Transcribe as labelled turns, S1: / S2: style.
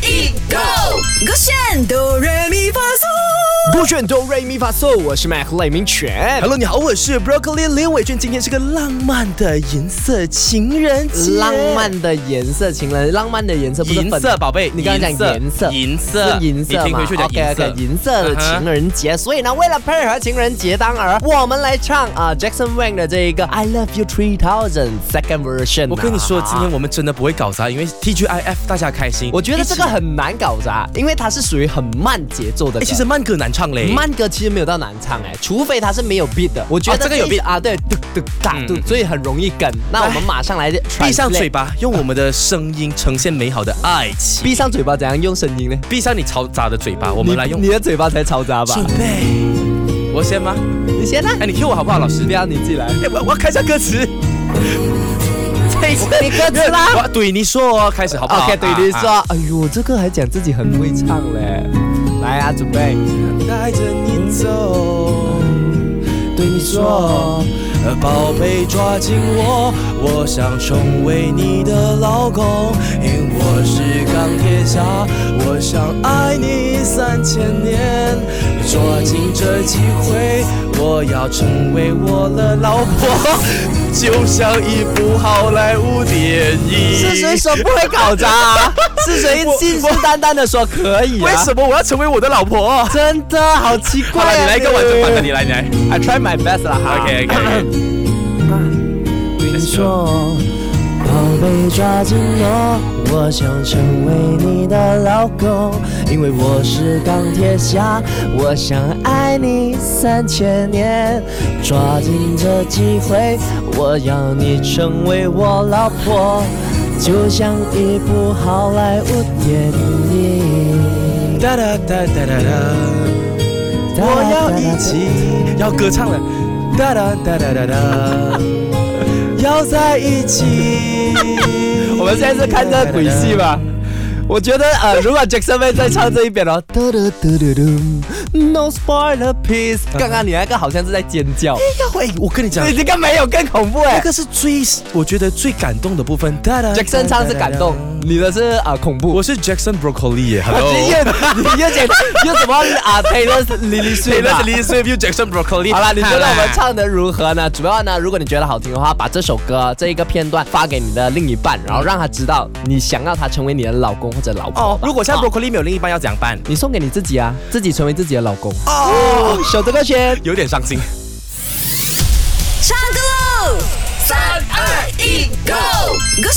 S1: e, Go！勾选哆来咪发嗦，
S2: 不选哆瑞咪发嗦，我是 Mac 赖明全。
S3: Hello，你好，我是 Broccoli 林伟俊，今天是个浪漫的银色情人节，
S2: 浪漫的颜色，情人，浪漫的颜色不是
S4: 银
S2: 粉啊
S4: 色，宝贝，
S2: 你刚刚讲颜色
S4: 银色，
S2: 是银色
S4: 你听
S2: 嘛
S4: 回去讲
S2: o k
S4: 银
S2: OK，
S4: 色，
S2: 银色的情人节。所以呢，为了配合情人节，当儿我们来唱啊、Jackson Wang 的这一个 I Love You Three Thousand Second Version、啊
S4: 我跟你说，今天。我们真的不会搞砸，因为 TGIF 大家开心。
S2: 我觉得这个很难搞砸，因为它是属于很慢节奏的歌。
S4: 哎，其实慢歌难唱嘞，
S2: 慢歌其实没有到难唱哎，除非它是没有 beat 的。我觉得
S4: 哦这个有 beat 嗯
S2: 啊，对，嘟嘟哒嘟，所以很容易跟。那我们马上来
S4: 哎闭上嘴
S2: 巴，
S4: 巴，用我们的声音呈现美好的爱情。
S2: 闭上嘴巴怎样用声音呢？
S4: 闭上你嘈杂的嘴巴，我
S2: 我
S4: 们来用
S2: 你。的嘴巴才嘈杂吧？
S4: 准备，我先吗？
S2: 你先呢？
S4: 哎，你 Q 我好不好，老师
S2: 不？要你自己来，
S4: 哎，我我要看一下歌词。
S2: 这次你歌词啦。
S4: 我对你说哦，开始好不好
S2: OK，对你说
S4: 啊，
S2: 哎呦，这个还讲自己很会唱嘞。来啊，准备。
S4: 带着你走，对你说，呃宝贝抓紧我，我想成为你的老公，因为我是钢铁侠，我想爱你三千年，抓紧这机会，我要成为我的老婆， 就像一部好莱坞电影。
S2: 是谁 说不会搞砸啊？是谁信誓旦旦的说可以啊？
S4: 为什么我要成为我的老婆？
S2: 真的好奇怪、
S4: 好
S2: 啊
S4: 了，你来一个完整版的，你来，你来。
S2: I try my best 啦哈。
S4: OK OK。
S3: 你说，宝贝抓紧我，我想成为你的老公，因为我是钢铁侠，我想爱你三千年，抓紧这机会，我要你成为我老婆，就像一部好莱坞电影。
S4: 哒哒哒哒哒哒，我要一起要歌唱了，哒哒哒哒哒哒，要在一起。
S2: 我们现在是看这鬼戏吧？我觉得呃，如果 Jackson 妹再唱这 一遍哦，嘟嘟嘟嘟嘟，No spoiler please。刚
S3: 嗯
S2: 刚你那个好像是在尖 叫，
S4: 喂，我跟你讲
S2: 你，这个没有更恐怖
S4: 那
S2: 哎。
S4: 个是最我觉得最感动的部分。哒哒
S2: Jackson 唱是感动，啊你的是啊恐怖。
S4: 我是 Jackson Broccoli 耶
S2: 我
S4: ，Hello。
S2: 你又你又讲又什么啊 Taylor Lily Swift 啊
S4: Lee Swift Jackson Broccoli。
S2: 好了，你觉得我们唱的如何呢？主要呢，如果你觉得好听的话，把这首歌这一个片段发给你的另一半，然后让他知道你想要他成为你的老公或者老婆吧。
S4: 哦，如果像
S2: 啊
S4: Broccoli 没有另一半要怎样办？
S2: 你送给你自己啊，自己成为自己的老公。
S4: 哦，
S2: 手这个圈。
S4: 有点伤心。
S1: e, 唱歌喽！三二一，Go！勾